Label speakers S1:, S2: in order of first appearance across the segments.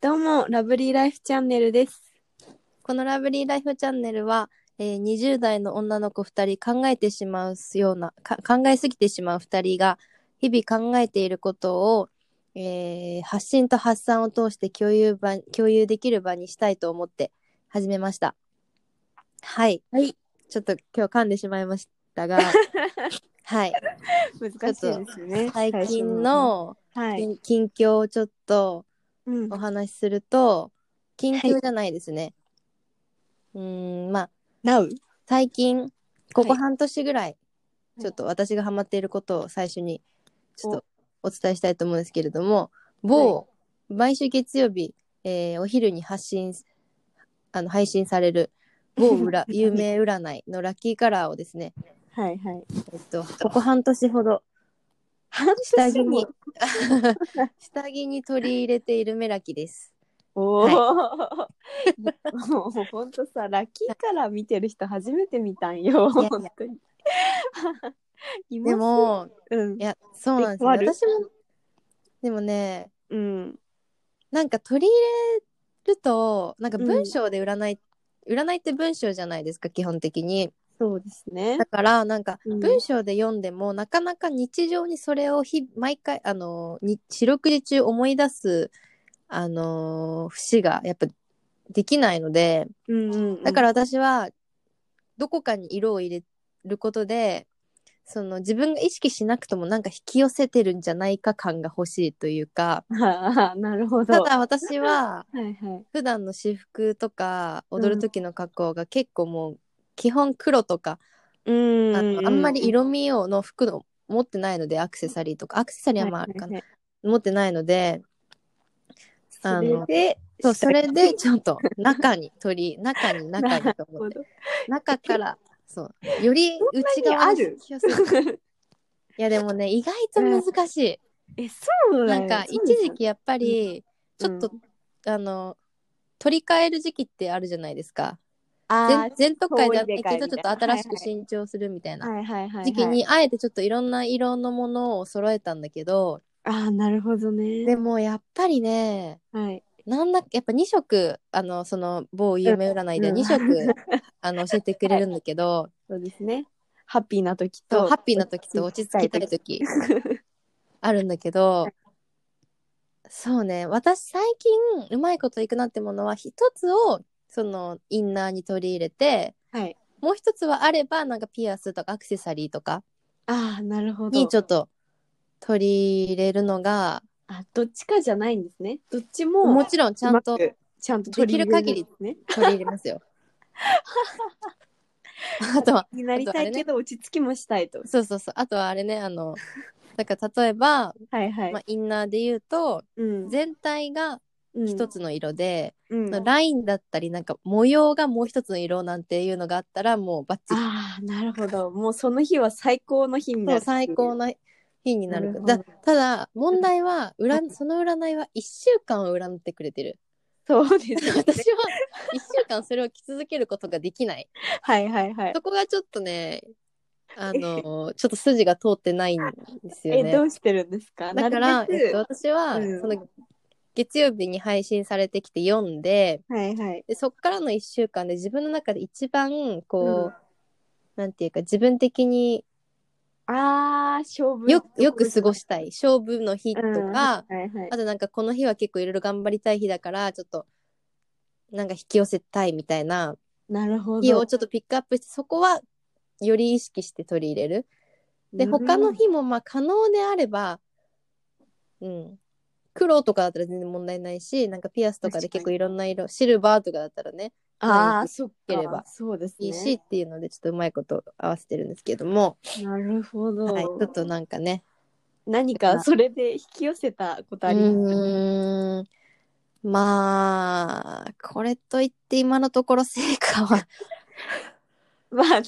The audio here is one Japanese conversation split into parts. S1: どうも、ラブリーライフチャンネルです。
S2: このラブリーライフチャンネルは、えー20代の女の子2人考えてしまうようなか考えすぎてしまう2人が日々考えていることを、えー発信と発散を通して共有場共有できる場にしたいと思って始めましたはい、
S1: はい、
S2: ちょっと今日噛んでしまいました がはい
S1: 難しいですね。
S2: 最近の
S1: 最初の、はい、
S2: 近近況をちょっと
S1: うん
S2: お、話しすると近況じゃないですね、うーんまあ
S1: なう。
S2: 最近ここ
S1: はい
S2: 半年ぐらい、
S1: い
S2: ちょっと私がハマっていることを最初にちょっとお伝えしたいと思うんですけれども某、毎週月曜日、えーお昼に発信あの配信される某 裏有名占いのラッキーカラーをですね、
S1: はいはい。
S2: えっ と、ここ半年ほど
S1: 半
S2: 下
S1: 年
S2: 着に
S1: も。
S2: 下着に取り入れているメラキです。
S1: おお、い、 もう本当さ、ラッキーから見てる人初めて見たんよ。
S2: いやいや
S1: 本当 に。います
S2: で、も
S1: うん
S2: い、やそうなんですよ
S1: え変わる
S2: 私もでもね
S1: うん、
S2: なんか取り入れるとなんか文章で占い、占いって文章じゃないですか基本的に
S1: そうですね
S2: だ。からなんか
S1: うん
S2: 文章で読んでも、なかなか日常にそれを日毎回あのに四六時中思い出すあの節がやっぱできないので
S1: うんうん、、
S2: だからら私はどこかに色を入れることでその自分が意識しなくともなんか引き寄せてるんじゃないか感が欲しいというか
S1: あーなるほど。
S2: ただ私
S1: は
S2: は
S1: いはい。
S2: 普段の私服とか
S1: ん
S2: 踊る時の格好が結構もう基本黒とか、
S1: うん
S2: あのあんまり色味用の服の持ってないのでアクセサリーとかアクセサリーはまああるかな、
S1: はいはいはい
S2: 持ってないのであ
S1: それ
S2: の
S1: で、
S2: そうそれで ちょっと中に取り中に中にと思って
S1: な
S2: 中からそうより内
S1: そんな
S2: 側
S1: にある
S2: 引き寄せる
S1: るほど
S2: いやでもね意外と難しい、
S1: え、そうだ
S2: な
S1: よ
S2: んか一時期やっぱりちょっと、あの取り替える時期ってあるじゃないですか。
S1: あ
S2: 全全特会であっ
S1: そうい
S2: た
S1: う理
S2: け
S1: 解
S2: どちょっと
S1: みたいな
S2: 新しく新調するみたい
S1: あ、
S2: な
S1: はいはいはい。
S2: 時期。にあえてちょっといろんな色のものを揃えたんだけど
S1: ああ、なるほどね。
S2: でもやっぱりね
S1: はい。
S2: なんだやっぱ2色あのその某有名占いで
S1: うん
S2: 2色あの教えてくれるんだけど
S1: そうですね。ハッピーな時
S2: そ
S1: と、
S2: うハッピーな時と落ち着きたい時あるんだけどそうね私最近うまいこといくなってものは一つをそのインナーに取り入れて
S1: はい。
S2: もう一つはあればなんかピアスとかアクセサリーとか
S1: ああ、なるほど。
S2: にちょっと取り入れるのが
S1: あ、どっちかじゃないんですね。どっちも、
S2: もちろんちゃんと
S1: うまく、ちゃんと
S2: できる限り
S1: ですね。
S2: 取り入れま すよ。あとは
S1: になりたいけど、落ち着きもしたいと。
S2: そうそうそうあとはあれねあのだから例えば、
S1: はいはい。
S2: まあ、インナーで言うと
S1: うん。
S2: 全体が
S1: うん
S2: 一、つの色で、
S1: うんあ
S2: ラインだったりなんか模様がもう一つの色なんていうのがあったらもうバッチリ
S1: あー、なるほど。もうその日は最高の日にな
S2: そう
S1: る。
S2: 最高な日になる
S1: なる
S2: だ
S1: ほど
S2: ただ問題は占その占いは1週間を占ってくれてる。
S1: そうです、ね。
S2: 私は1週間それを着続けることができない
S1: はいはいはい。
S2: そこがちょっとねあのちょっと筋が通ってないんですよ
S1: え、ど
S2: ね
S1: うしてるんですか
S2: だから、
S1: なるべく
S2: えっと、私は、
S1: うん
S2: その月曜日に配信されてきて読んで
S1: はいはい。
S2: でそっからの1週間で自分の中で一番
S1: う
S2: こ
S1: ん
S2: う、なんていうか自分的に
S1: ああ、勝負。
S2: よよく過ごしたい勝負の日とか、
S1: うんはいはい
S2: あとなんかこの日は結構いろいろ頑張りたい日だからちょっとなんか引き寄せたいみたいな
S1: なるほ
S2: 日を
S1: ど。
S2: ちょっとピックアップしてそこはより意識して取り入れるで
S1: うん
S2: 他の日もまあ可能であればうん黒とかだったら全然問題ないしなんかピアスとかで結構いろんな色シルバーとかだったらね
S1: ああ、そっ
S2: ければ
S1: か。そうですね。
S2: いいしっていうのでちょっとうまいこと合わせてるんですけども、
S1: なるほど。
S2: はい、ちょっとなんかね
S1: 何かそれで引き寄せたことありますかね
S2: うーんまあこれといって今のところ成果は
S1: まあね。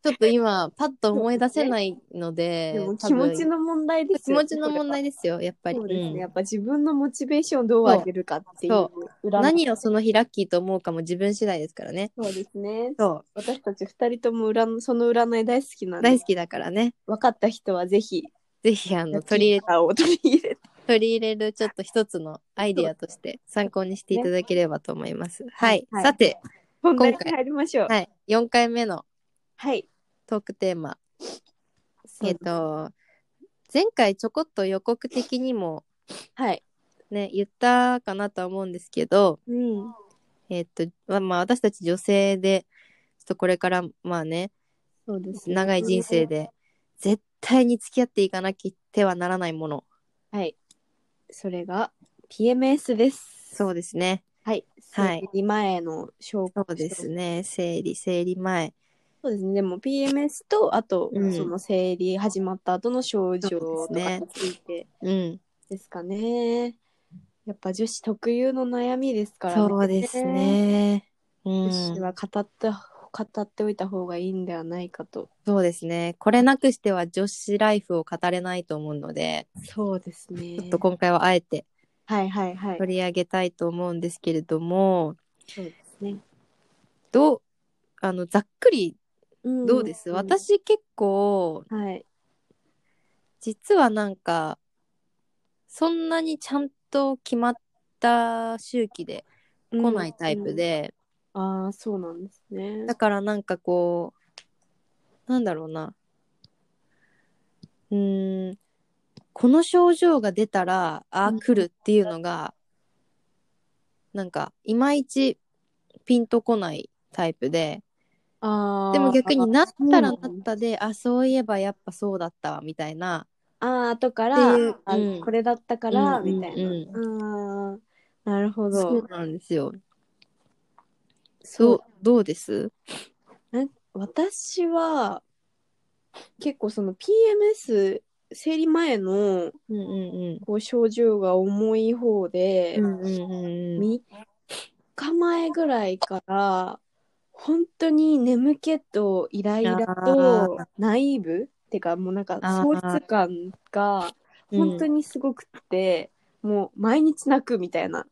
S2: ちょっと今パッと思い出せないので
S1: でも
S2: 多
S1: 気
S2: 分
S1: 持ちの問題です
S2: 気
S1: よ
S2: 持
S1: ね
S2: ちの問題
S1: こ
S2: ですよやっぱ
S1: れ
S2: り、
S1: はそうです
S2: うん
S1: ね。やっぱ自分のモチベーションをどう上げるかっていう
S2: そ
S1: 裏の
S2: 何をその日ラッキーと思うかも自分次第ですからね
S1: そうですね。
S2: そ
S1: 私たち二人とも裏のその占い大好きな
S2: うん
S1: で
S2: 大好きだからね
S1: 分かった人はぜひ
S2: ぜひあの取り入れ
S1: れを取り入れて
S2: 取り入れるちょっと一つのアイディアとして参考にしていただければと思います。はい、
S1: はい
S2: さて、
S1: 本題に
S2: 今回
S1: 入りましょう。
S2: はい、4回目の
S1: はい。
S2: トークテーマ。
S1: そう
S2: えっ、と、前回ちょこっと予告的にも
S1: はい。
S2: ね、言ったかなとは思うんですけど、
S1: うん。
S2: えっ、と、ままあ私たち女性で、ちょっとこれからまあね、
S1: そうですね
S2: 長い人生。で、絶対に付き合っていかなきてはならないもの。
S1: はい。それが PMS です。
S2: そうですね。
S1: はい。
S2: はい
S1: 生理前の証
S2: そ
S1: 拠
S2: うです。ね。生理、生理前。
S1: そうですね。でも PMS と、あと、
S2: うん
S1: その生理始まった後の症状とかについて
S2: うん。
S1: ですかね。やっぱ女子特有の悩みですから
S2: そうです。ね。う
S1: 女子
S2: ん。
S1: は語った、語っておいた方がいいんではないかと。
S2: そうですね。これなくしては女子ライフを語れないと思うので、
S1: そうですね。
S2: ちょっと今回はあえて
S1: はいはいはい。
S2: 取り上げたいと思うんですけれども、
S1: そうですね。
S2: どう、あの、ざっくりどうです、
S1: ん
S2: 私結構、
S1: はい。
S2: 実はなんか、そんなにちゃんと決まった周期で来ないタイプで、
S1: うん。ああ、そうなんですね。
S2: だからなんかこう、なんだろうな。うーん、この症状が出たら、ああ、
S1: うん
S2: 来るっていうのが、なんか、いまいちピンとこないタイプで、
S1: ああ。
S2: でも逆になっ
S1: そう
S2: た
S1: な
S2: らなん
S1: だ
S2: ったで、あ、そういえばやっぱそうだったわ、みたいな。
S1: ああ、後から、
S2: っていう
S1: あ
S2: うん
S1: これだったから、
S2: うん
S1: みたいな。
S2: うん
S1: ああ、なるほ
S2: そう
S1: ど。
S2: なんですよ。
S1: そ
S2: ど
S1: う
S2: う、どうです
S1: 私は、結構その PMS、生理前の
S2: うんうん
S1: こう症状が重い方で、
S2: うんうんうん
S1: 3日前ぐらいから、本当に眠気とイライラと
S2: あ
S1: 内部ってかもうなんか
S2: あー
S1: 喪失感が
S2: うん。
S1: 本当にすごくって、もう毎日泣くみたいな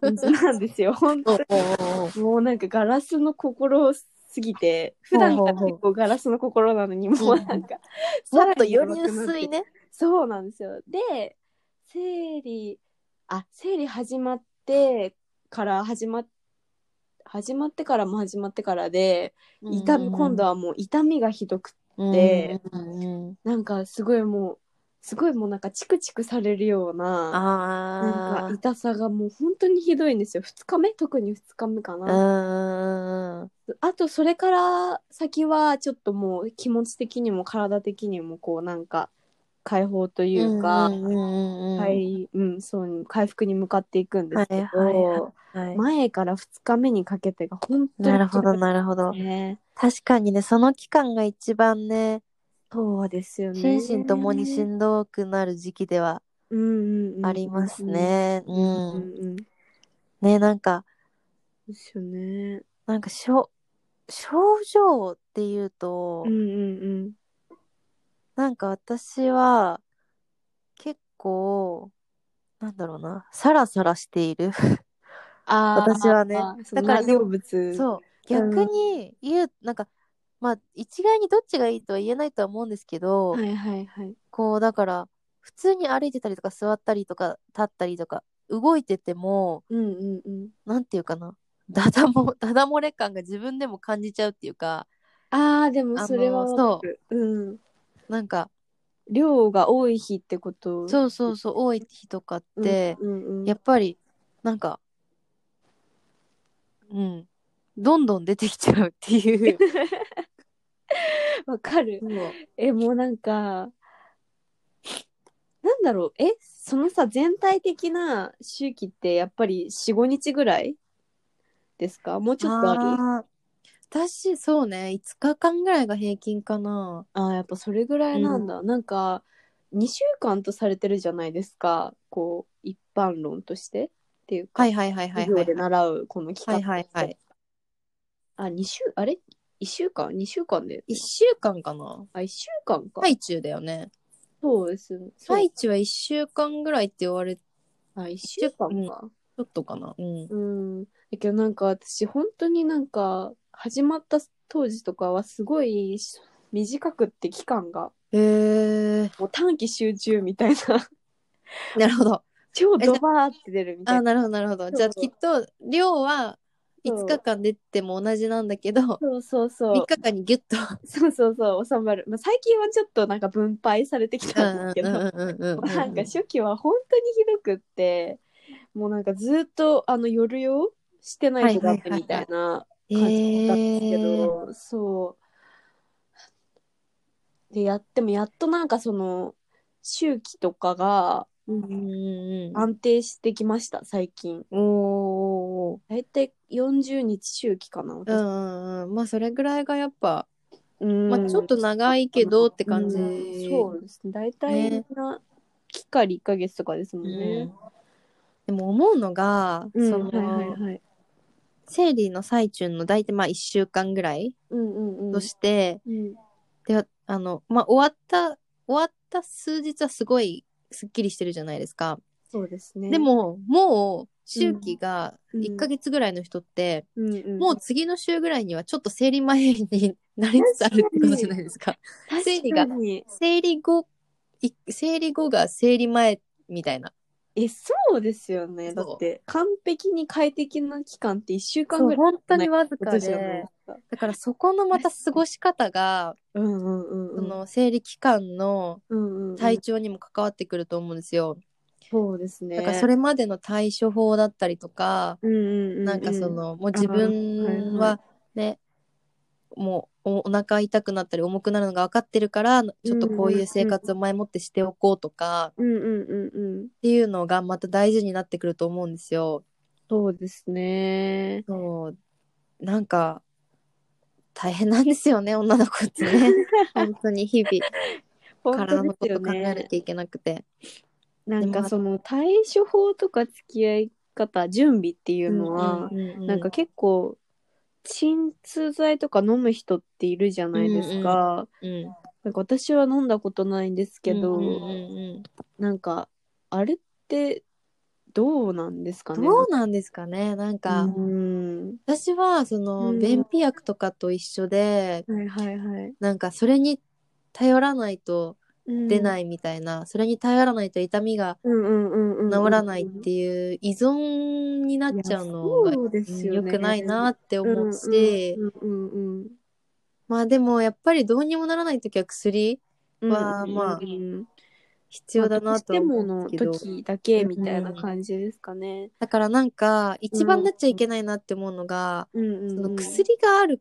S1: 感じなんです よ本
S2: お
S1: 当
S2: うおうおう
S1: にもうなんかガラスの心すぎて普段から結構ガラスの心なのにもうなんかさ
S2: も
S1: ら
S2: っと
S1: にや
S2: よ
S1: ば
S2: り
S1: くなって
S2: 薄いね。
S1: そうなんですよ。で、生理、あ、生理始まってから始まっ、始まってからも始まってからで、痛み、今度はもう痛みがひどく、
S2: は
S1: て、
S2: うんうんうん
S1: なんかすごいもう、すごいもうなんかチクチクされるような、なんか
S2: あ
S1: 痛さがもう本当にひどいんですよ。2日目特に2日目か
S2: あ、う
S1: な。
S2: んうん
S1: あとそれから先はちょっともう気持ち的にも体的にもこうなんか解放とい
S2: うん
S1: うか、
S2: うんうんうん
S1: はい、うん、そう、回復に向かっていくんですけど、
S2: はいははい
S1: 前から2日目にかけてが本当に
S2: なるほど、
S1: ね。
S2: なるほど。確かにね、その期間が一番ね、
S1: そうですよね。
S2: 心身ともにしんどくなる時期では
S1: うんうんうん
S2: あります。ね。う
S1: うんうん
S2: ん。
S1: うん。
S2: ね、なんか、
S1: ですよね。
S2: なんか、しょ症状っていうと
S1: うん、うん
S2: なんか私は、結構、なんだろうな、サラサラしている。
S1: うん。あー
S2: 私はね
S1: あーそ
S2: だ
S1: の
S2: から
S1: 内容物。
S2: そう
S1: うん
S2: 逆に言うなんかまあ一概にどっちがいいとは言えないとは思うんですけど、
S1: はいはいはい。
S2: こうだから普通に歩いてたりとか座ったりとか立ったりとか動いてても
S1: うんうんうん。
S2: なんていうかなダダも ダダ漏れ感が自分でも感じちゃうっていうか
S1: ああ、でもそれは
S2: あの
S1: わかるうん。
S2: なんか
S1: 量が多い日ってこと
S2: そうそうそう多い日とかっ
S1: うん
S2: て、
S1: うんうん
S2: やっぱりなんかうんどんどん出てきちゃうって いう。
S1: わかる。えもうなんかなんだろうえそのさ全体的な周期ってやっぱり45日ぐらいですかもうちょっとある
S2: あー私そうね5日間ぐらいが平均かな
S1: あーやっぱそれぐらいなんだ、なんか2週間とされてるじゃないですかこう一般論としてっていうか、
S2: はいはいはいはい
S1: 授
S2: は
S1: 業
S2: い
S1: で習うこの期間、
S2: はいはいはい
S1: あ二週あれ1週間2週間で
S2: 1週間かな
S1: あ1週間か、
S2: 最中だよね
S1: そうですそう、
S2: 最中は1週間ぐらいって言われち
S1: あ1週間か、
S2: ょっとかなうん
S1: うん。だけどなんか私本当になんか始まった当時とかはすごい短くって期間が
S2: へえ
S1: もう短期集中みたいな
S2: なるほど。
S1: 超ドバーって出るみた
S2: あ
S1: いな。
S2: なるほどなるほど。じゃあ
S1: そう
S2: きっと量は
S1: そう
S2: 5日間出ても同じなんだけど3
S1: そうそうそう
S2: 日。間にギュッと。
S1: そうそうそう、収まる。まあ、最近はちょっとなんか分配されてき
S2: うん
S1: たんですけど、
S2: うんうんうんうんうん
S1: なんか初期は本当にひどくって、もうなんかずっとあの夜用してないとダメみたいな
S2: え
S1: 感じだったんですけど、
S2: ー
S1: そう。で、やってもやっとなんかその、周期とかが
S2: うんうんうん
S1: 安定してきました、最近。
S2: おー
S1: だいたい40日周期かな。
S2: う
S1: 私
S2: んうんまあそれぐらいがやっぱ、
S1: うん
S2: まあ、ちょっと長いけどって感じ、
S1: うんそうですね大体みん
S2: ね
S1: な期間1ヶ月とかですもんね、
S2: でも思うのが、
S1: うん
S2: その、
S1: はいはいはい
S2: 生理の最中の大体まあ1週間ぐらい
S1: うんうんうん
S2: として、
S1: うん
S2: であの、まあ、終わった終わった数日はすごいすっきりしてるじゃないですか、
S1: そうですね
S2: でももう周期が1ヶ月ぐらいの人って、
S1: うんうん
S2: もう次の週ぐらいにはちょっと生理前になりつつあるってことじゃないですか生理が
S1: 確かに
S2: 生理後い生理後が生理前みたいな
S1: えそうですよねだ
S2: そう
S1: って完璧に快適な期間って1週間
S2: そう
S1: ぐらい
S2: 本当にわず
S1: の
S2: か
S1: ことじゃない
S2: で
S1: ですか
S2: だからそこのまた過ごし方が
S1: うんうんうん
S2: そ
S1: うん
S2: の生理期間の
S1: うんうん
S2: 体調にも関わってくると思うんですよ。
S1: そうですね
S2: だからそれまでの対処法だったりとか、
S1: うんうんうん
S2: なんかそのもう
S1: あー
S2: 自分
S1: はい
S2: はね、もうおお腹痛くなったり重くなるのが分かってるからちょっとこういう生活を前もってしておこうとかっ
S1: うんうんうんうん
S2: ていうのがまた大事になってくると思うんですよ。
S1: そうですね
S2: そうなんか大変なんですよね女の子っ てね本当に日々体のこと考えなきゃいけなくて。
S1: なん
S2: で
S1: か
S2: も
S1: その対処法とか付き合い方準備っていうのは、
S2: うんうんうん
S1: なんか結構鎮痛剤とか飲む人っているじゃないですか、
S2: うん
S1: なんか私は飲んだことないんですけど、
S2: うんうんうん
S1: なんかあれってどうなんですかね
S2: どうなんですかねなんか、
S1: うん
S2: 私はその、
S1: うん
S2: 便秘薬とかと一緒で
S1: はいはいはい、
S2: なんかそれに頼らないと出ないいみたいな、それに頼らないと痛みが
S1: うんうんうんうん、
S2: 治らないっていう依存になっちゃうの
S1: いや
S2: が
S1: そうですよね
S2: 良くないなって思うし、
S1: うんうんうんうん
S2: まあでもやっぱりどうにもならない時は薬
S1: うん、
S2: はまあ
S1: うん
S2: 必要だなとは思うんですけ
S1: ど
S2: ど
S1: うしてもの時だけみたいな感じですかね。
S2: だからなんか一番なっちゃいけないなって思うのが、
S1: うんうんうん
S2: その薬がある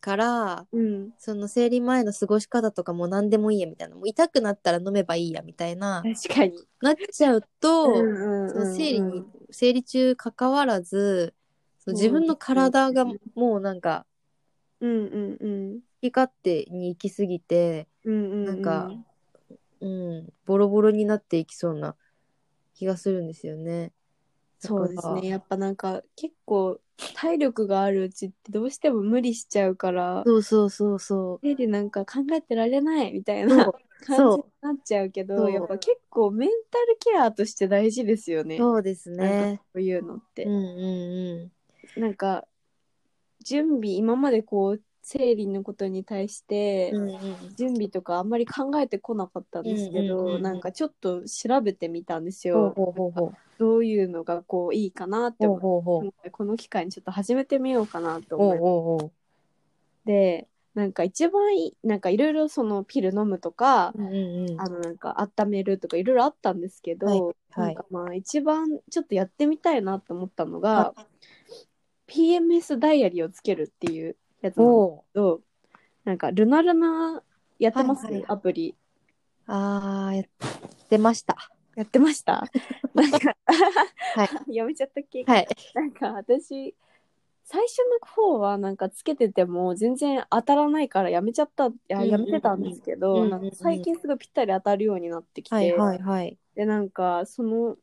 S2: から
S1: うん、
S2: その生理前の過ごし方とかも何でもいいやみたいなもう痛くなったら飲めばいいやみたいな
S1: 確かに。
S2: なっちゃうと、
S1: ん
S2: その生理に生理中関わらずその自分の体がもうなんか
S1: うんうんうん
S2: 好き勝手に行き過ぎて、
S1: うんうん
S2: なんかうん、ボロボロになっていきそうな気がするんですよね。
S1: そうです
S2: だか
S1: ね
S2: ら。
S1: やっぱなんか結構体力があるうちってどうしても無理しちゃうから
S2: そうそうそうそう。
S1: 生理なんか考えてられないみたい な 感じに
S2: そう
S1: なっちゃうけ
S2: そ
S1: ど
S2: う
S1: やっぱ結構メンタルケアとして大事ですよね。
S2: そうです
S1: なん
S2: ね
S1: か。こういうのって。
S2: うんうん
S1: なんか準備今までこう生理のことに対して
S2: うん。うんうん、
S1: 準備とかあんまり考えてこなかったんですけ
S2: うんうんうん
S1: ど
S2: うん
S1: なんかちょっと調べてみたんです
S2: ほう
S1: よ
S2: ほうほうほう。
S1: どういうのがこういいかなって
S2: ほう
S1: 思
S2: ほうほう。
S1: ってこの機会にちょっと始めてみようかなと
S2: ほう
S1: 思っ
S2: ほうほ
S1: てなんか一番いいなんかいろいろそのピル飲むとか
S2: う。うんうんうん。
S1: あのなんか温めるとかいろいろあったんですけど、
S2: はいはい
S1: なんかまあ一番ちょっとやってみたいなと思ったのが PMS ダイアリーをつけるっていうやつなんです
S2: おう。
S1: けどなんかルナルナやってます、
S2: はいはい
S1: アプリ
S2: あー、やってました。
S1: やってましたなんか、 やめちゃったっけ、
S2: はい。
S1: なんか私最初の方はなんかつけてても全然当たらないからやめちゃったいや
S2: うんうんうん
S1: やめてたんですけど、
S2: うんうんうん
S1: なんか最近すごいぴったり当たるようになってきて、
S2: はいはいはい。
S1: でなんかその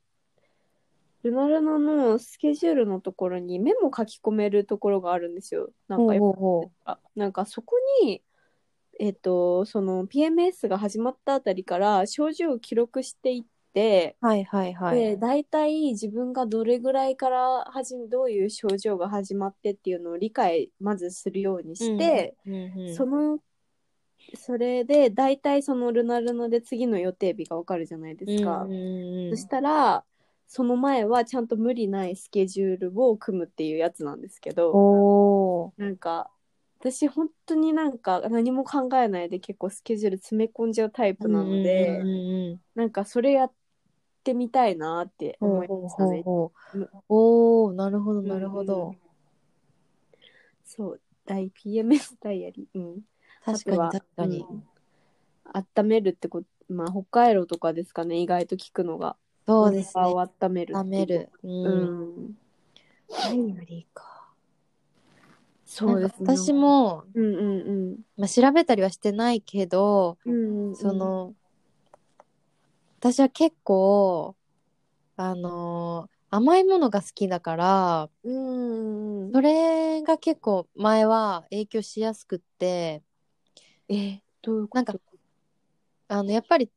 S1: ルナルナのスケジュールのところにメモ書き込めるところがあるんですよ。なん
S2: ほ
S1: か
S2: う
S1: よ
S2: ほうほ
S1: くあなんかそこにえっ、とその PMS が始まったあたりから症状を記録していって。
S2: う。はいはいはい。
S1: で大体自分がどれぐらいから始めどういう症状が始まってっていうのを理解まずするようにして、
S2: うんうん、
S1: そのそれで大体そのルナルナで次の予定日がわかるじゃないですか、そしたらその前はちゃんと無理ないスケジュールを組むっていうやつなんですけど
S2: おお
S1: なんか私本当になんか何も考えないで結構スケジュール詰め込んじゃうタイプなので、なんかそれやってみたいなって思いましたね。
S2: おおなるほどなるほ
S1: う
S2: ど
S1: んそう大 PMS ダイアリー、うん、
S2: 確か
S1: あ
S2: に
S1: とは
S2: 確かに
S1: うん温めるってことまあ北海道とかですかね意外と聞くのが
S2: そうです
S1: お
S2: ね
S1: 腹を温める
S2: 舐める
S1: う
S2: うん
S1: ん
S2: ダイアリーか
S1: そうです
S2: なんか私も
S1: うんうんうん
S2: まあ調べたりはしてないけど
S1: うんうん
S2: その私は結構あのー甘いものが好きだから
S1: うん
S2: それが結構前は影響しやすくって
S1: えどういうこと
S2: なんかあのやっぱり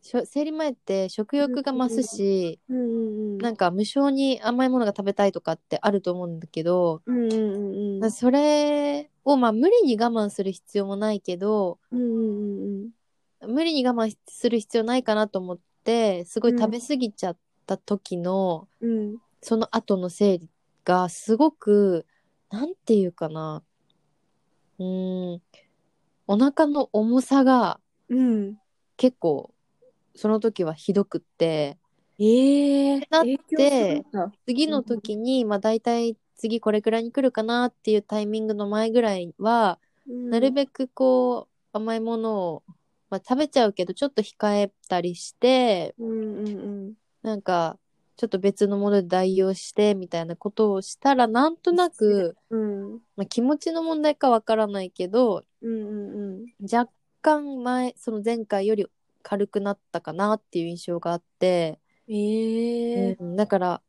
S2: しょ生理前って食欲が増すし、
S1: うんうんうん
S2: なんか無性に甘いものが食べたいとかってあると思うんだけど、
S1: うんうんうんうん
S2: なんかそれをまあ無理に我慢する必要もないけど
S1: うんうんうん
S2: 無理に我慢する必要ないかなと思ってすごい食べ過ぎちゃった時の、
S1: うん
S2: その後の生理がすごくなんていうかなうーんお腹の重さが
S1: うん
S2: 結構その時はひどくって
S1: ええ
S2: だって
S1: 影響するんだ
S2: 次の時に、まあ大体次これくらいに来るかなっていうタイミングの前ぐらいは、なるべくこう甘いものを、まあ、食べちゃうけどちょっと控えたりして
S1: うんうんうん
S2: なんかちょっと別のもので代用してみたいなことをしたらなんとなく、
S1: うんうん
S2: まあ、気持ちの問題かわからないけど
S1: うんうん
S2: 若干前その前回より軽くなったかなっていう印象があって。
S1: ええ
S2: うんだから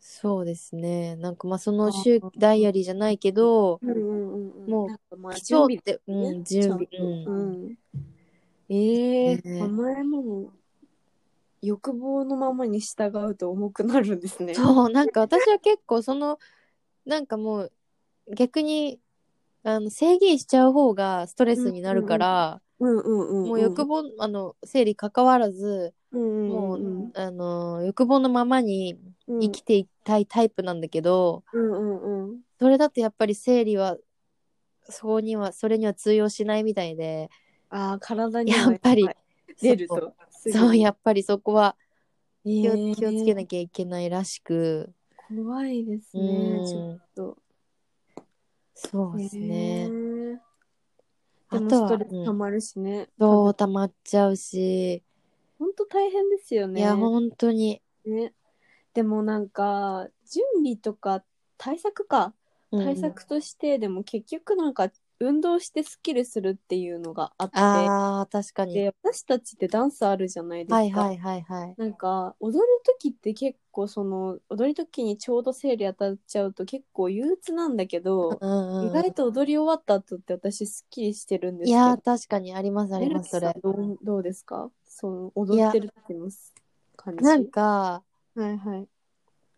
S2: そうですねなんかまあそ
S1: あ
S2: の
S1: ー
S2: 週ダイアリーじゃないけど
S1: うんうんうん
S2: もう
S1: なんかまあ
S2: 基調って、
S1: 準備
S2: うん、
S1: です
S2: 準
S1: ね
S2: 備、う
S1: うんんええ
S2: ね
S1: 甘いもの欲望のままに従うと重くなるんですね。
S2: そうなんか私は結構そのなんかもう逆にあの制限しちゃう方がストレスになるから、
S1: うんうんうんん、
S2: もう欲望あの生理関わらず、
S1: うん
S2: もう、
S1: うん
S2: あの欲望のままに
S1: うん、
S2: 生きていきたいタイプなんだけど、
S1: うんうんうん
S2: それだとやっぱり生理はそこにはそれには通用しないみたいで
S1: ああ体には
S2: やっぱり
S1: 出る
S2: そう
S1: とすぐ
S2: そうやっぱりそこは
S1: に
S2: 気を,、気をつけ
S1: え
S2: なきゃいけないらしく、
S1: え怖いですね
S2: うん
S1: ちょっと
S2: そうです
S1: え
S2: ね、
S1: えで
S2: あ
S1: も
S2: と
S1: ス
S2: は
S1: トレス溜まるしね
S2: どう溜まっちゃうし、
S1: 本当大変ですよね
S2: いや本当に、
S1: ねでもなんか準備とか対策か
S2: うん
S1: 対策として、でも結局なんか運動してスッキリするっていうのがあって
S2: あー確かに
S1: で私たちってダンスあるじゃないですか、
S2: はいはいはいはい
S1: なんか踊る時って結構その踊る時にちょうど生理当たっちゃうと結構憂鬱なんだけど、
S2: うんうん
S1: 意外と踊り終わった後って私すっきりしてるんです
S2: い
S1: けど
S2: や確かにありますあり
S1: メル
S2: ま
S1: キ
S2: すそ
S1: さん
S2: れ
S1: どうどうですかその踊ってる時の感じ
S2: なんか、
S1: はいはい、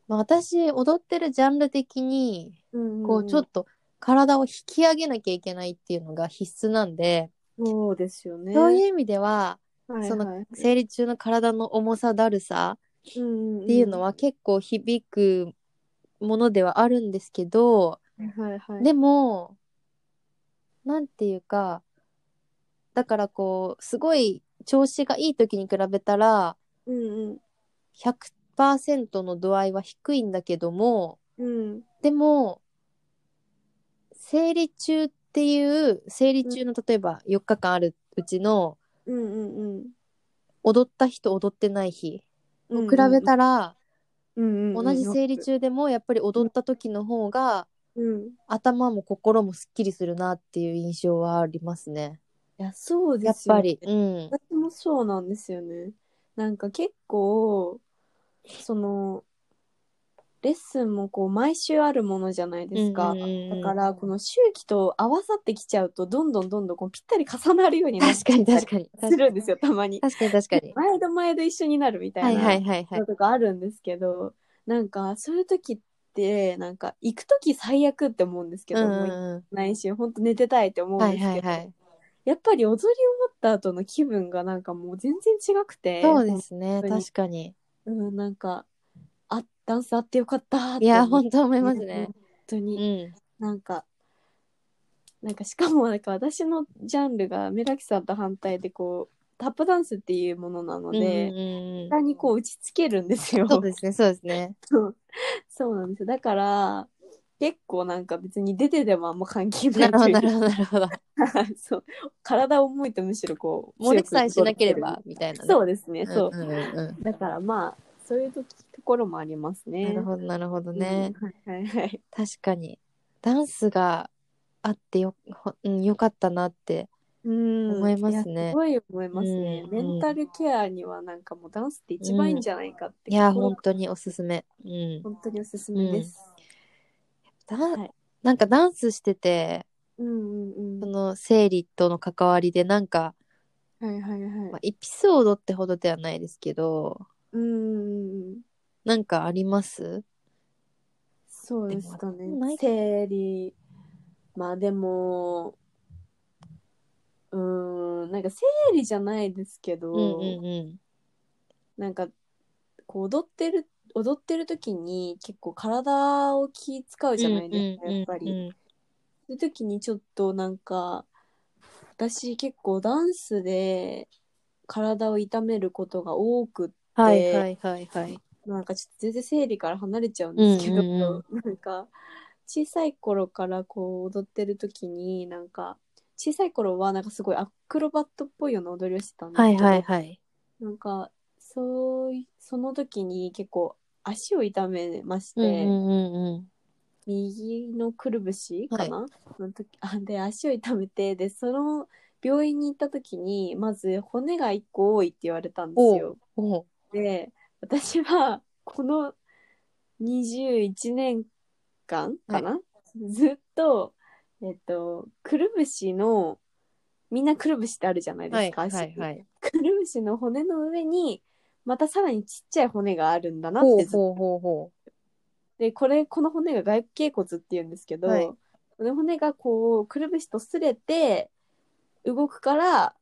S2: まあ、私踊ってるジャンル的に
S1: うんん
S2: こうちょっと体を引き上げなきゃいけないっていうのが必須なんで、
S1: そうですよね
S2: そういう意味では
S1: はいはい
S2: その生理中の体の重さだる
S1: っ
S2: さっていうのは結構響くものではあるんですけど、
S1: はいはい、
S2: でもなんていうかだからこうすごい調子がいい時に比べたら
S1: うん
S2: 100%の度合いは低いんだけども
S1: うんうん
S2: でも生理中っていう生理中の例えば4日間あるうちの
S1: うんうんうん
S2: 踊った日と踊ってない日
S1: う
S2: 比
S1: ん
S2: べたら
S1: うんうん
S2: 同じ生理中でもやっぱり踊った時の方が
S1: うんい
S2: 頭も心もすっきりするなっていう印象はありますね。
S1: やそうで
S2: やっ
S1: すよ
S2: ぱ
S1: ね
S2: り。うん。
S1: 私もそうなんですよねなんか結構そのレッスンもこう毎週あるものじゃないですか、
S2: うんうんうんうん
S1: だからこの周期と合わさってきちゃうとどんどんどんどんこうぴったり重なるようになっ
S2: 確かに確かに。
S1: するんですよたまに
S2: 確かに確かに。
S1: 毎度毎度一緒になるみた
S2: はいい
S1: な、
S2: はいはいはい
S1: の。とかあるんですけどなんかそういう時ってなんか行く時最悪って思うんですけ
S2: う
S1: ど、
S2: ん
S1: もう
S2: う
S1: 行
S2: んう
S1: かないし本当寝てたいって思
S2: ん。
S1: うん
S2: は
S1: で
S2: い
S1: す
S2: は
S1: け
S2: い
S1: ど、
S2: はい。
S1: やっぱり踊り終わった後の気分がなんかもう全然違くて
S2: そうですね
S1: 本当に
S2: 確かに
S1: うん、なんかあダンスあってよかったって
S2: いや
S1: 思う
S2: 本当思いますね
S1: 本当
S2: う
S1: に、
S2: ん
S1: なんかなんかしかもなんか私のジャンルがメラキさんと反対でこうタップダンスっていうものなの
S2: うんうん
S1: で、
S2: うん
S1: 下にこう打ちつけるんですよ。
S2: そうですねそうですね
S1: そうそうなんですよだから結構なんか別に出ててもあんま関係な
S2: ないる
S1: と
S2: ほど
S1: いう
S2: なるほどなる ほど
S1: そう体を重いとむしろこう
S2: 漏れさえ
S1: 強く
S2: しなければみたいなね
S1: そうですね、そう
S2: うんうんうん
S1: だからまあそういうところもありますね。
S2: なるほどなるほどね、
S1: うん。はいはいはい。
S2: 確かにダンスがあってよ,ほ、うん、よかったなって
S1: うん
S2: 思いますね
S1: やすごい思いますね、
S2: うん
S1: メンタルケアにはなんかもうダンスって一番いいんじゃないかって、
S2: いや
S1: 心
S2: 本当におすすめ、うん、
S1: 本当におすすめです。
S2: だ
S1: はい
S2: なんかダンスしてて
S1: うんうん
S2: そ
S1: うん。
S2: の生理との関わりでなんか、
S1: はいはい
S2: ま
S1: は
S2: あ
S1: い。
S2: エピソードってほどではないですけど
S1: うんうんうん。
S2: なんかあります
S1: そうですか
S2: でもな
S1: ね
S2: い。
S1: 生理。まあでも、うーん、なんか生理じゃないですけど、
S2: うんうんうん
S1: なんかこう踊ってる踊ってる時に結構体を気使うじゃないですか、
S2: うんうんうんうん
S1: やっぱり。そういう時にちょっとなんか私結構ダンスで体を痛めることが多くって、
S2: はいはいはいはい
S1: なんかちょっと全然生理から離れちゃうんですけど、
S2: うんうん
S1: なんか小さい頃からこう踊ってる時になんか小さい頃はなんかすごいアクロバットっぽいような踊りをしてたんです
S2: は
S1: け
S2: い
S1: ど、
S2: はいはい
S1: なんかそういその時に結構足を痛めまして、
S2: うんうんうんうん
S1: 右のくるぶしかな、の時 あで足を痛めてでその病院に行った時にまず骨が1個多いって言われたんですよ。
S2: おう
S1: で私はこの21年間かな、ずっと、えっと、くるぶしのみんなくるぶしってあるじゃないで
S2: は
S1: す
S2: い
S1: か、
S2: はい
S1: 足に
S2: はい
S1: くるぶしの骨の上にまたさらにちっちゃい骨があるんだなっ
S2: ほ
S1: て
S2: う
S1: ずっと
S2: ほうほうほ
S1: でこれこの骨が外脛骨って言うんですけど、
S2: はい
S1: この骨がこうくるぶしと擦れて動くから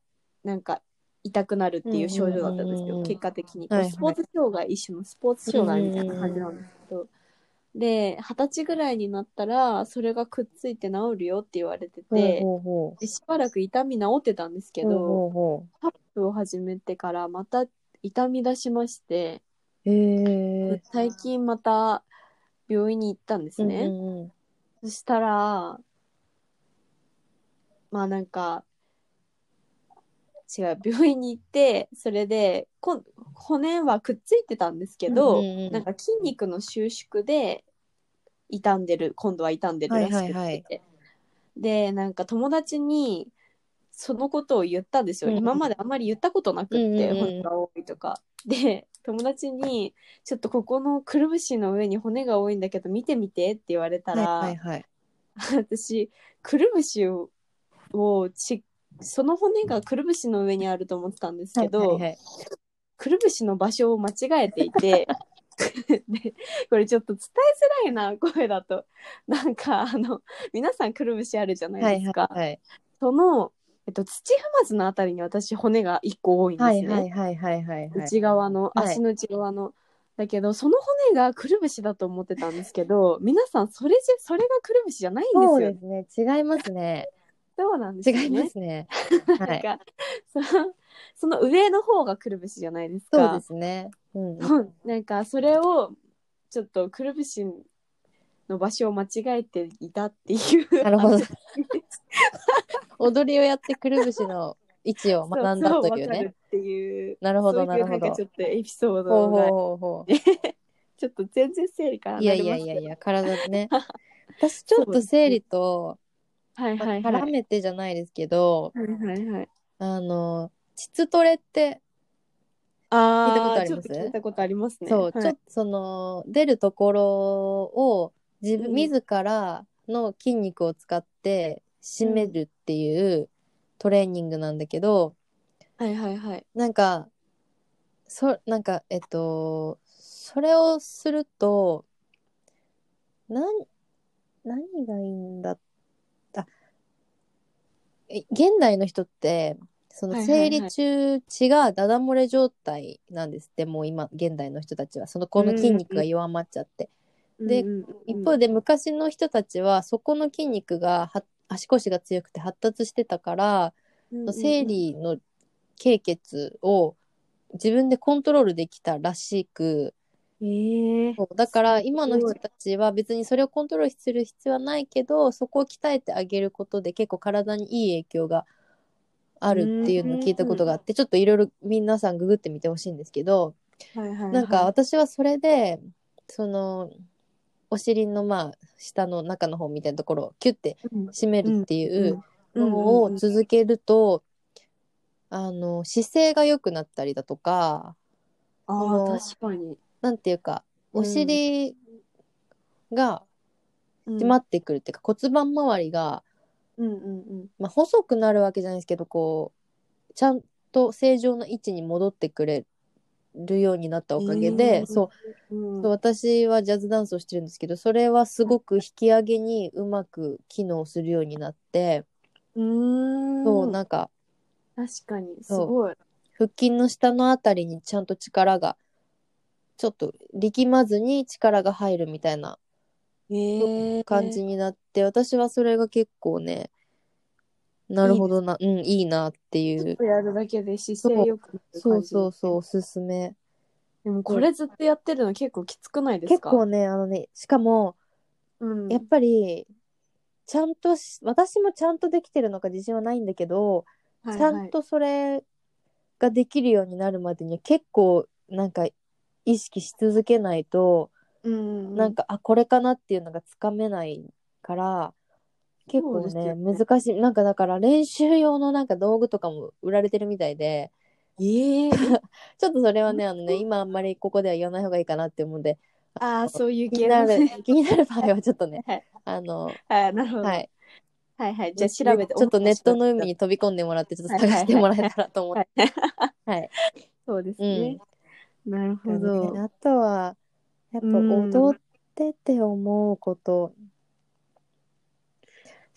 S1: なんか痛くなるっていう症状だったんですけ
S2: うんうんうんう
S1: ど
S2: ん
S1: 結果的に、
S2: はいはい
S1: スポーツ障害一種のスポーツ障害みたいな感じなんですけど、で二十歳ぐらいになったらそれがくっついて治るよって言われて
S2: うほう
S1: て、
S2: ほうほう
S1: でしばらく痛み治ってたんですけど、
S2: ほうほうほ
S1: タップを始めてからまた痛み出しまして、
S2: うへえ
S1: 最近また病院に行ったんですね。
S2: うんうんうん
S1: そしたら、まあなんか、違う、病院に行って、それで、こ骨はくっついてたんですけど、
S2: うんうんうん
S1: なんか筋肉の収縮で、傷んでる、今度は傷んでるらしくて、
S2: はいはいはい
S1: で、なんか友達に、そのことを言ったんですよ。
S2: うんうん
S1: 今まであんまり言ったことなくって、
S2: うんうんうん
S1: 骨が多いとか。で、友達に、ちょっとここのくるぶしの上に骨が多いんだけど、見てみてって言われたら、
S2: はいはいはい
S1: 私くるぶしををちその骨がくるぶしの上にあると思ってたんですけど、
S2: はいはいはい
S1: くるぶしの場所を間違えていて でこれちょっと伝えづらいな声だとなんかあの皆さんくるぶしあるじゃないですか、
S2: はい
S1: その、えっと、土踏まずのあたりに私骨が1個多いんです
S2: は
S1: ね、
S2: いはいはいはいはいはい
S1: 内側の
S2: はい
S1: 足の内側の、だけどその骨がくるぶしだと思ってたんですけど皆さんそれじゃそれがくるぶしじゃないんです
S2: そ
S1: よ
S2: う
S1: ね
S2: ですね違いますね
S1: そうなんですよね。
S2: 違いますねは
S1: なん
S2: い
S1: か、その その上の方がくるぶしじゃないですか。
S2: そうですねうん
S1: うん なんかそれをちょっとくるぶしの場所を間違えていたっていう。
S2: なるほ ど
S1: そう
S2: 踊りをやってくるぶしの位置を学んだという
S1: そうわか
S2: ね
S1: るっていう。
S2: なるほど
S1: そういう
S2: なるほど
S1: んかちょっとエピソー
S2: ほう
S1: ド
S2: ほう
S1: が
S2: ほうほ
S1: ちょっと全然整理から
S2: ういやいやいやい
S1: や。
S2: や体 ね私ちょっと生理と
S1: はいはいはい。
S2: 絡めてじゃないですけど
S1: はいはいはい。
S2: あの膣トレって聞いたこと
S1: あ
S2: あ
S1: あ、
S2: り
S1: ちょ
S2: ま
S1: っ
S2: す
S1: と聞いたことありますね。
S2: そう、
S1: はい
S2: ちょっとその出るところを自分、
S1: うん
S2: 自らの筋肉を使って締めるっていうトレーニングなんだけど、
S1: はいはいはい。
S2: なんかそなんかえっとそれをするとなん何がいいんだあえ現代の人ってその
S1: はいはいは
S2: 生
S1: い
S2: 理中血がダダ漏れ状態なんですって、もう今現代の人たちはそのこの筋肉が弱まっちゃって、で
S1: うんうんうん
S2: 一方で昔の人たちはそこの筋肉がは足腰が強くて発達してたから、
S1: うんうん
S2: 生理の経血を自分でコントロールできたらしく
S1: えー
S2: そうだから今の人たちは別にそれをコントロールする必要はないけどそこを鍛えてあげることで結構体にいい影響があるっていうのを聞いたことがあってちょっといろいろ皆さんググってみてほしいんですけど
S1: はいはいはい
S2: なんか私はそれでそのお尻のまあ下の中の方みたいなところをキュッて
S1: うん
S2: 締めるっていう
S1: うん
S2: の
S1: う
S2: を
S1: んうん
S2: 続けるとあの姿勢が良くなったりだとか
S1: あ
S2: の
S1: あ確かに
S2: なんていうか
S1: うん
S2: お尻が締まってくるっていうか、骨盤周りが、
S1: うんうんうん
S2: まあ、細くなるわけじゃないですけどこうちゃんと正常な位置に戻ってくれるようになったおかげで、
S1: うん
S2: そう
S1: うん
S2: そう私はジャズダンスをしてるんですけどそれはすごく引き上げにうまく機能するようになって、
S1: うーん
S2: そうなんか
S1: 確かにす
S2: そう
S1: ごい
S2: 腹筋の下のあたりにちゃんと力がちょっと力まずに力が入るみたいな
S1: ええ
S2: 感じになって、私はそれが結構ねなるほどなうんいいなってい
S1: ちょっ
S2: う
S1: とやるだけで姿勢よくなる
S2: そ
S1: 感
S2: う
S1: じ
S2: そうそうおすすめ
S1: でもこれずっとやってるの結構きつくないです
S2: 結
S1: か
S2: 構ねあのねしかも
S1: うん
S2: やっぱりちゃんとし私もちゃんとできてるのか自信はないんだけど、
S1: はい
S2: ちゃ
S1: は
S2: ん
S1: い
S2: とそれができるようになるまでには結構なんか意識し続けないと、
S1: うん
S2: なんかあこれかなっていうのがつかめないから結構
S1: そうです
S2: ね
S1: よね
S2: 難しいなんかだから練習用のなんか道具とかも売られてるみたいで
S1: ええ
S2: ちょっとそれはねあのね今あんまりここでは言わない方がいいかなって思うんで
S1: ああそういう
S2: 気
S1: 系
S2: にな
S1: の
S2: る
S1: ね
S2: 気になる場合はちょっとね
S1: はい
S2: あの
S1: はいなるほど
S2: は
S1: はい
S2: い
S1: はいじゃあ調べて
S2: ちょっとネットの海に飛び込んでもらってちょっと探してもらえたらと思ってはい
S1: そうです
S2: うん
S1: ねなるほど
S2: ねあとはやっぱ踊ってて思うこと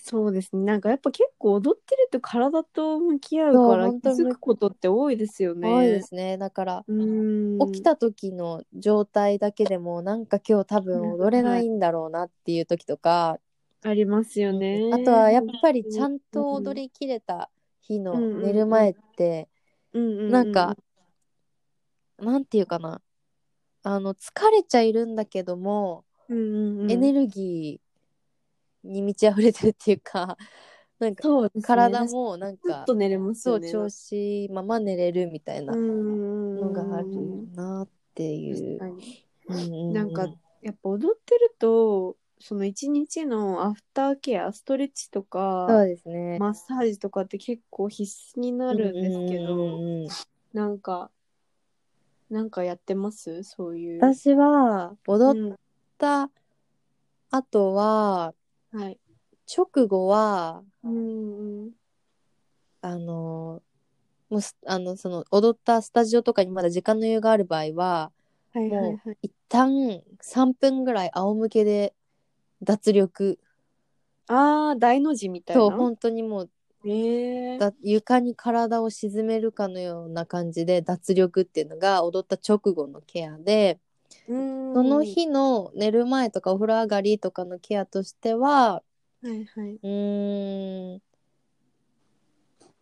S1: そうですね。なんかやっぱ結構踊ってると体と向き合うから
S2: そう
S1: 気づくことって多いですよね。
S2: 多いですねだから
S1: うん。
S2: 起きた時の状態だけでもなんか今日多分踊れないんだろうなっていう時とか
S1: ありますよね。
S2: あとはやっぱりちゃんと踊りきれた日の
S1: うん
S2: 寝る前って
S1: うんうう
S2: なんかなんていうかなあの疲れちゃいるんだけども
S1: うんうんうん
S2: エネルギーに満ち溢れてるっていうか、 なんか
S1: そうですね
S2: 体もなん
S1: ちょっ
S2: か、
S1: と寝れます
S2: そ
S1: よ
S2: う
S1: ね。
S2: 調子いいまま寝れるみたいな
S1: の
S2: のがあるなっていう。う
S1: なんかやっぱ踊ってるとその一日のアフターケアストレッチと
S2: そ
S1: か
S2: うですね。
S1: マッサージとかって結構必須にな
S2: あ
S1: るんですけど、
S2: ど、
S1: なんかなんかやってますそういう。
S2: 私は踊っ
S1: うん
S2: た後は、
S1: はい。
S2: 直後は、
S1: うんうん。
S2: あの、もうすあのその踊ったスタジオとかにまだ時間の余裕がある場合は、
S1: はいはいはい。
S2: 一旦3分ぐらい仰向けで脱力
S1: ああ、大の字みたいな。
S2: と本当にもう
S1: ええ
S2: だ床に体を沈めるかのような感じで脱力っていうのが踊った直後のケアで
S1: うん
S2: その。日の寝る前とかお風呂上がりとかのケアとしては
S1: はいはい。
S2: うーん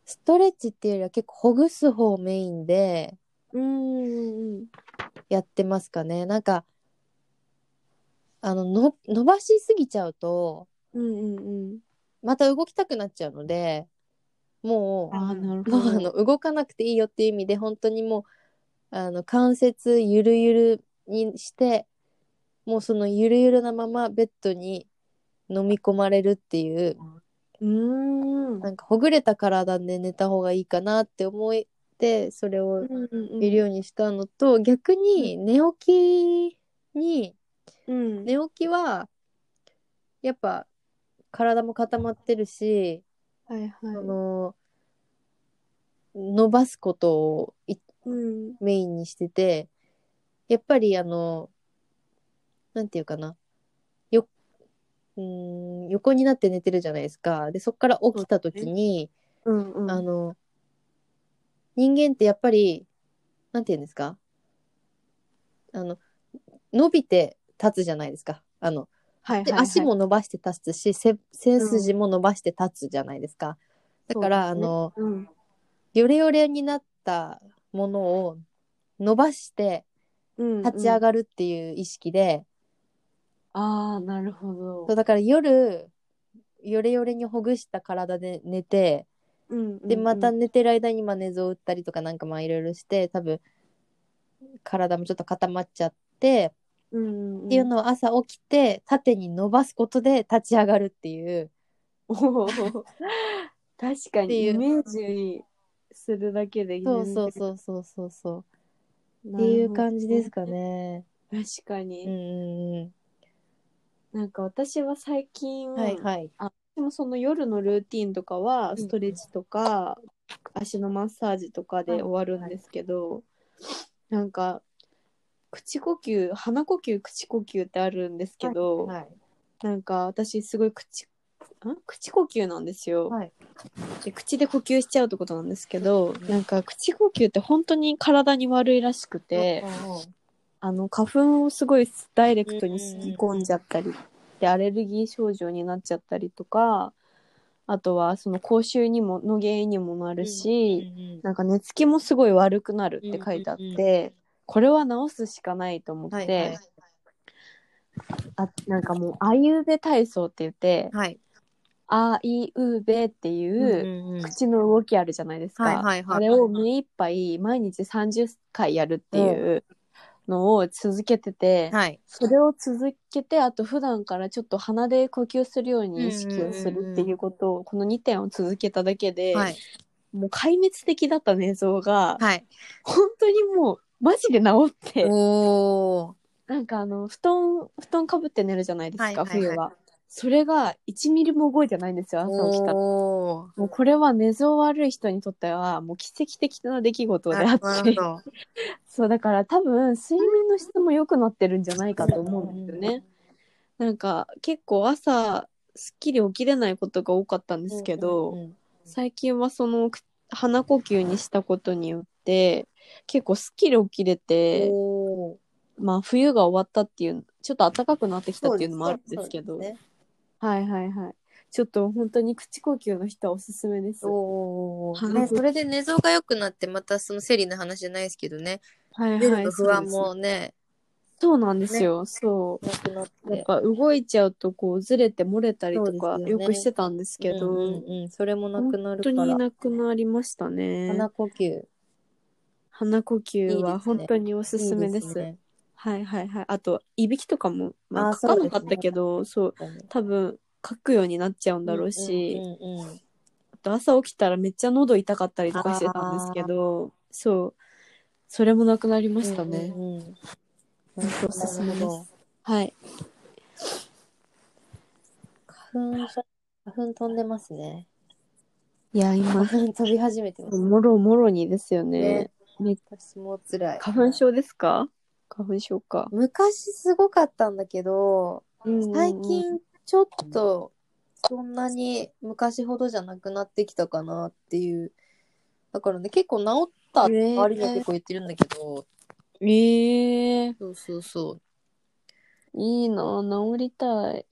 S2: ストレッチっていうよりは結構ほぐす方をメインで
S1: うんうんうん。
S2: やってますかねなんかあのの伸ばしすぎちゃうと
S1: うんうんうん。
S2: また動きたくなっちゃうのでもう
S1: ああ、なる
S2: もう
S1: ほ
S2: あ
S1: ど。
S2: の動かなくていいよっていう意味で本当にもうあの関節ゆるゆるにしてもうそのゆるゆるなままベッドに飲み込まれるっていう
S1: うーん。
S2: なんかほぐれた体で寝た方がいいかなって思ってそれ
S1: う
S2: を
S1: んうん
S2: 入れるようにしたのと、逆に寝起きに
S1: うん。
S2: 寝起きはやっぱ体も固まってるし
S1: はい
S2: あ
S1: は
S2: の伸ばすことをい
S1: い。うん。
S2: メインにしててやっぱりあのなんていうかなようーん横になって寝てるじゃないですかでそっから起きた時に、
S1: うんうん
S2: あの人間ってやっぱりなんて言うんですかあの伸びて立つじゃないですかあの
S1: はいはい
S2: で
S1: はい
S2: 足も伸ばして立つし背背筋も伸ばして立つじゃないですか、だから、
S1: そ
S2: あ
S1: うですね
S2: の
S1: うん
S2: ヨレヨレになったものを伸ばして
S1: うん
S2: 立ち上
S1: る、
S2: がるっていう意識で、
S1: ああなるほど
S2: そうだから夜ヨレヨレにほぐした体で寝て、
S1: うん
S2: でまた
S1: うん
S2: 寝てる間にまあ寝相打ったりとかなんかまあいろいろして多分体もちょっと固まっちゃって、
S1: うんうん、
S2: っていうのを朝起きて縦に伸ばすことで立ち上がるっていう
S1: おー確か
S2: って
S1: に
S2: い
S1: イ
S2: う
S1: メージにするだけで
S2: そうそうそうそうそうそうっていう感じですかね。
S1: じ確か
S2: うん
S1: に、
S2: うん
S1: なんか私は最近、
S2: うんはいはい。
S1: でもその夜のルーティンとかは
S2: ん
S1: ストレッチとか、足のマッサージとかで終わるんですけど、なんか口呼吸鼻呼吸口呼吸ってあるんですけど、
S2: はい
S1: なんか私すごい口ん口呼吸なんですよ、
S2: はい
S1: で口で呼吸しちゃうってことなんですけどなんか口呼吸って本当に体に悪いらしくて、あの花粉をすごいダイレクトに吸い込んじゃったりでアレルギー症状になっちゃったりとかあとはその口臭にもの原因にもなるし、なんか寝つきもすごい悪くなるって書いてあって、
S2: うんうん
S1: これは治すしかないと思って、
S2: はいはい
S1: あなんかもうあいうべ体操って言って
S2: はい。
S1: あいうべっていう口の動きあるじゃないですか、
S2: はいはいはい
S1: あれを目いっぱい毎日30回やるっていうのを続けてて、
S2: はい。
S1: それを続けてあと普段からちょっと鼻で呼吸するように意識をするっていうことをこの2点を続けただけで、
S2: はい。
S1: もう壊滅的だった寝相が、
S2: はい。
S1: 本当にもうマジで治って、
S2: おー。
S1: なんかあの布団布団かぶって寝るじゃないですか、
S2: はいはいはい
S1: 冬はそれが1ミリも動いてないんですよ朝起きたら
S2: おー。
S1: もうこれは寝相悪い人にとってはもう奇跡的な出来事であ
S2: な
S1: っ
S2: る
S1: て
S2: ほど
S1: そうだから多分睡眠の質も良くなってるんじゃないかと思うんですよね、なんか結構朝すっきり起きれないことが多かったんですけど、
S2: うんうんうん
S1: 最近はそのく鼻呼吸にしたことによって結構すっきり起きれて、
S2: おー
S1: まあ冬が終わったっていうちょっと暖かくなってきたっていうのもあるんですけど
S2: そうですね
S1: はいはいはいちょっと本当に口呼吸の人はおすすめですは
S2: お
S1: は
S2: ー
S1: い
S2: ね、それで寝相が良くなってまたその生理の話じゃないですけどね
S1: い
S2: 出
S1: は
S2: る
S1: い
S2: の不安もね
S1: そうなんですよそ
S2: なくなっ
S1: うなんか動いちゃうとこうずれて漏れたりと
S2: そ
S1: か
S2: うです
S1: よ
S2: よね
S1: くしてたんですけど、
S2: うんうんうんそれもなくな
S1: 本当
S2: るから
S1: になくなりましたね
S2: 鼻呼吸
S1: 鼻呼吸は本当におすすめです
S2: いいね
S1: はいはいはいあといびきとかも、ま
S2: あ
S1: あ、
S2: ー
S1: 書かなかったけどそう,、
S2: 本当に
S1: 多分書くようになっちゃうんだろうし、
S2: うんうんうん
S1: あと朝起きたらめっちゃ喉痛かったりとかしてたんですけどそうそれもなくなりましたね、
S2: うんうん
S1: 本当おすすめです
S2: なるほど
S1: はい
S2: 花粉花粉飛んでますね
S1: いや
S2: 花
S1: 今
S2: 粉飛び始めてます
S1: もろもろにですよね
S2: ね
S1: め
S2: 私も辛い
S1: 花粉症ですか花粉症か
S2: 昔すごかったんだけど最
S1: うん
S2: 近ちょっとそんなに昔ほどじゃなくなってきたかなっていうだからね結構治ったって周りには結構言ってるんだけど、
S1: えー、
S2: そうそうそう
S1: いいな治りたい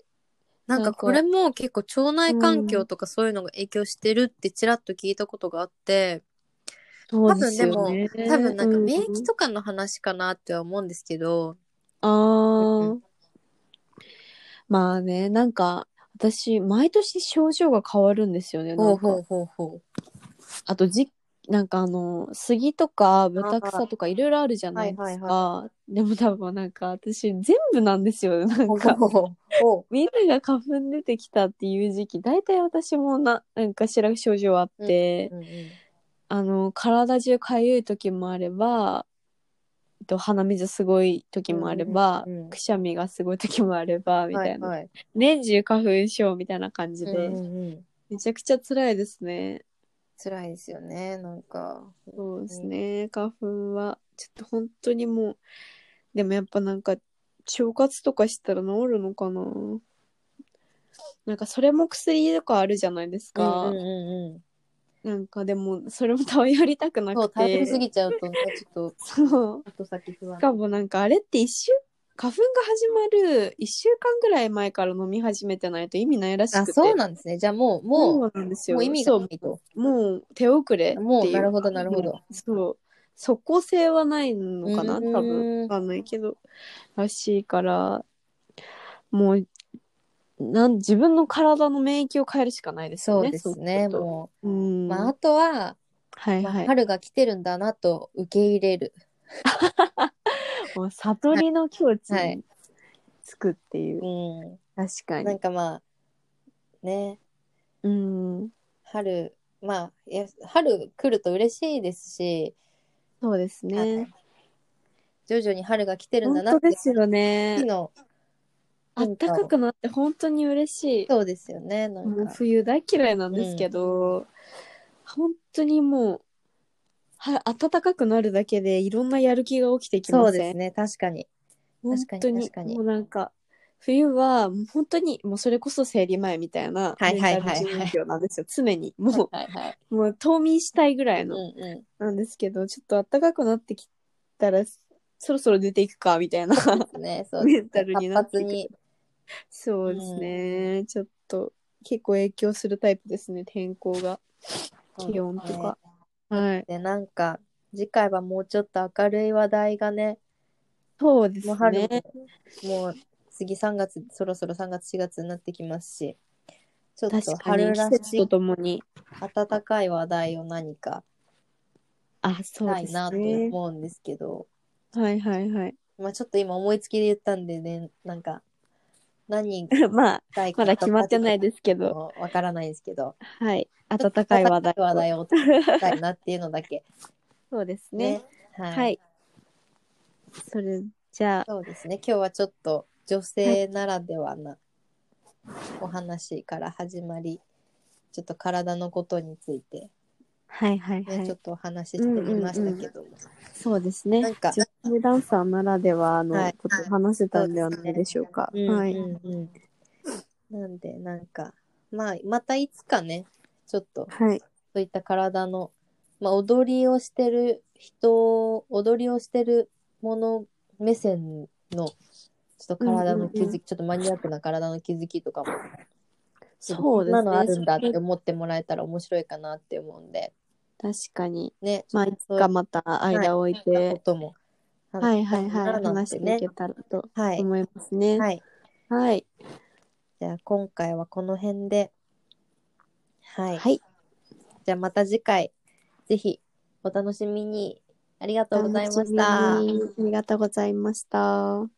S2: なんかこれも結構腸内環境とかそういうのが影響してるってちらっと聞いたことがあって、
S1: 多
S2: 多分でも多分なんか免疫とかの話かなっては思うんですけど、
S1: あー
S2: う
S1: まあねなんか私毎年症状が変わるんですよねな
S2: ほうん
S1: か
S2: ほうほうほ
S1: あとじなんかあの杉とか豚草とかいろいろあるじゃないですか、
S2: はいはい
S1: でも多分なんか私全部なんですよな
S2: うん
S1: か
S2: ほうほうほ
S1: みんなが花粉出てきたっていう時期大体私もななんかしら症状あって、
S2: ううんうん
S1: あの体中かゆい時もあればえっと鼻水すごい時もあれば、
S2: うんうんうん
S1: くしゃみがすごい時もあればみたいな、
S2: はいはい
S1: 年中花粉症みたいな感じで、
S2: うんうんうん
S1: めちゃくちゃ辛いですね。
S2: 辛いですよねなんか
S1: そうですね、花粉はちょっと本当にもうでもやっぱなんか腸活とかしたら治るのかななんかそれも薬とかあるじゃないですか、
S2: うんうんうんうん
S1: なんかでもそれも頼りたくな
S2: そう
S1: く
S2: 頼り
S1: て
S2: すぎちゃうとねちょっ
S1: そう
S2: と後先不
S1: し
S2: 安
S1: かもなんかあれって一週花粉が始まる1週間ぐらい前から飲み始めてないと意味ないらし
S2: あ
S1: くて
S2: そうなんですねじゃあもう
S1: そ
S2: も
S1: うなんです
S2: う
S1: よ
S2: もう意味
S1: そ
S2: が
S1: う
S2: ないと
S1: もう手遅れっていうか
S2: もうなるほどなるほど
S1: うんそう即効性はないのかな
S2: うーん
S1: 多分わかんないけどらしいからもうなん自分の体の免疫を変えるしかないです
S2: そ
S1: よ
S2: う
S1: ね
S2: です
S1: そ
S2: ね
S1: うすると
S2: も
S1: う
S2: う、
S1: ん、
S2: まあ、あとは、
S1: はい
S2: まあ
S1: はい、
S2: 春が来てるんだなと受け入れる
S1: もう悟りの境地
S2: はい
S1: につくっていう、
S2: うん
S1: 確か
S2: なん
S1: に
S2: かまあね
S1: うん
S2: 春まあいや春来ると嬉しいですし、
S1: そうです
S2: は
S1: ね
S2: い徐々に春が来てるんだ
S1: 本
S2: な
S1: 当
S2: って
S1: ですよ
S2: 秋
S1: ね
S2: の
S1: あったかくなって本当に嬉しい
S2: そうですよねな
S1: も
S2: ん
S1: う
S2: か
S1: 冬大嫌いなんですけど、本当にもうは暖かくなるだけでいろんなやる気が起きてき
S2: そ
S1: ま
S2: うで
S1: せん
S2: すね確かに
S1: 本当に
S2: 確かに
S1: もうなんか冬はもう本当にもうそれこそ生理前みたいな
S2: はいはいはいはい
S1: メンタル状況なんですよ常にも
S2: はいはい、
S1: うもう冬眠したいぐらい
S2: うん
S1: の、
S2: う
S1: なんですけどちょっと暖かくなってきたらそろそろ出ていくかみたいな
S2: んねそう
S1: メンタルに
S2: 活
S1: なって
S2: 発
S1: いく
S2: に
S1: そうですね、ちょっと結構影響するタイプですね天候が気温とか、はい
S2: でなんか次回はもうちょっと明るい話題がね
S1: そうです
S2: もう春も,、
S1: ね
S2: もう次3月そろそろ3月4月になってきますしちょっと
S1: 確かに
S2: 春
S1: 季
S2: ら
S1: 節
S2: し
S1: と
S2: い
S1: ともに
S2: 暖かい話題を何か
S1: あそう
S2: ない
S1: です
S2: なと
S1: ね
S2: 思うんですけど
S1: はいはいはい
S2: まあちょっと今思いつきで言ったんでねなんか何が
S1: まあ
S2: したいか
S1: まだ決まってないですけど
S2: わからないですけど
S1: はい暖かい話題
S2: 話題を聞きたいなっていうのだけ
S1: そうですね
S2: ねはい、
S1: はいそれじゃあ
S2: そうですね今日はちょっと女性ならではなお話から始まりちょっと体のことについて、
S1: はいはいは
S2: ね
S1: い、
S2: ちょっとお話ししてみましたけども、
S1: そうですね
S2: なんか
S1: 女性ダンサーならではの
S2: はい
S1: ことを話せたんではないでしょうか、
S2: うん
S1: はい、
S2: うんうん、なんでなんかまあまたいつかねちょっと
S1: はい
S2: そういった体の、まあ、踊りをしてる人踊りをしてるもの目線のちょっと体の気づき、
S1: うんうんう
S2: ちょっとマニアックな体の気づきとかも
S1: そうですね
S2: こんなのあるんだって思ってもらえたら面白いかなって思うんで
S1: 確かに
S2: ね
S1: まあいつ
S2: そうい
S1: かまた間を置いて、
S2: ったことも
S1: はいはいはい、
S2: なん
S1: 話しててい
S2: ね
S1: けたらと
S2: はい、
S1: 思いますね。はい。
S2: はい、
S1: はい。
S2: じゃあ今回はこの辺ではい、
S1: はい、
S2: じゃあまた次回ぜひお楽しみにありがとうございました。
S1: ありがとうございました。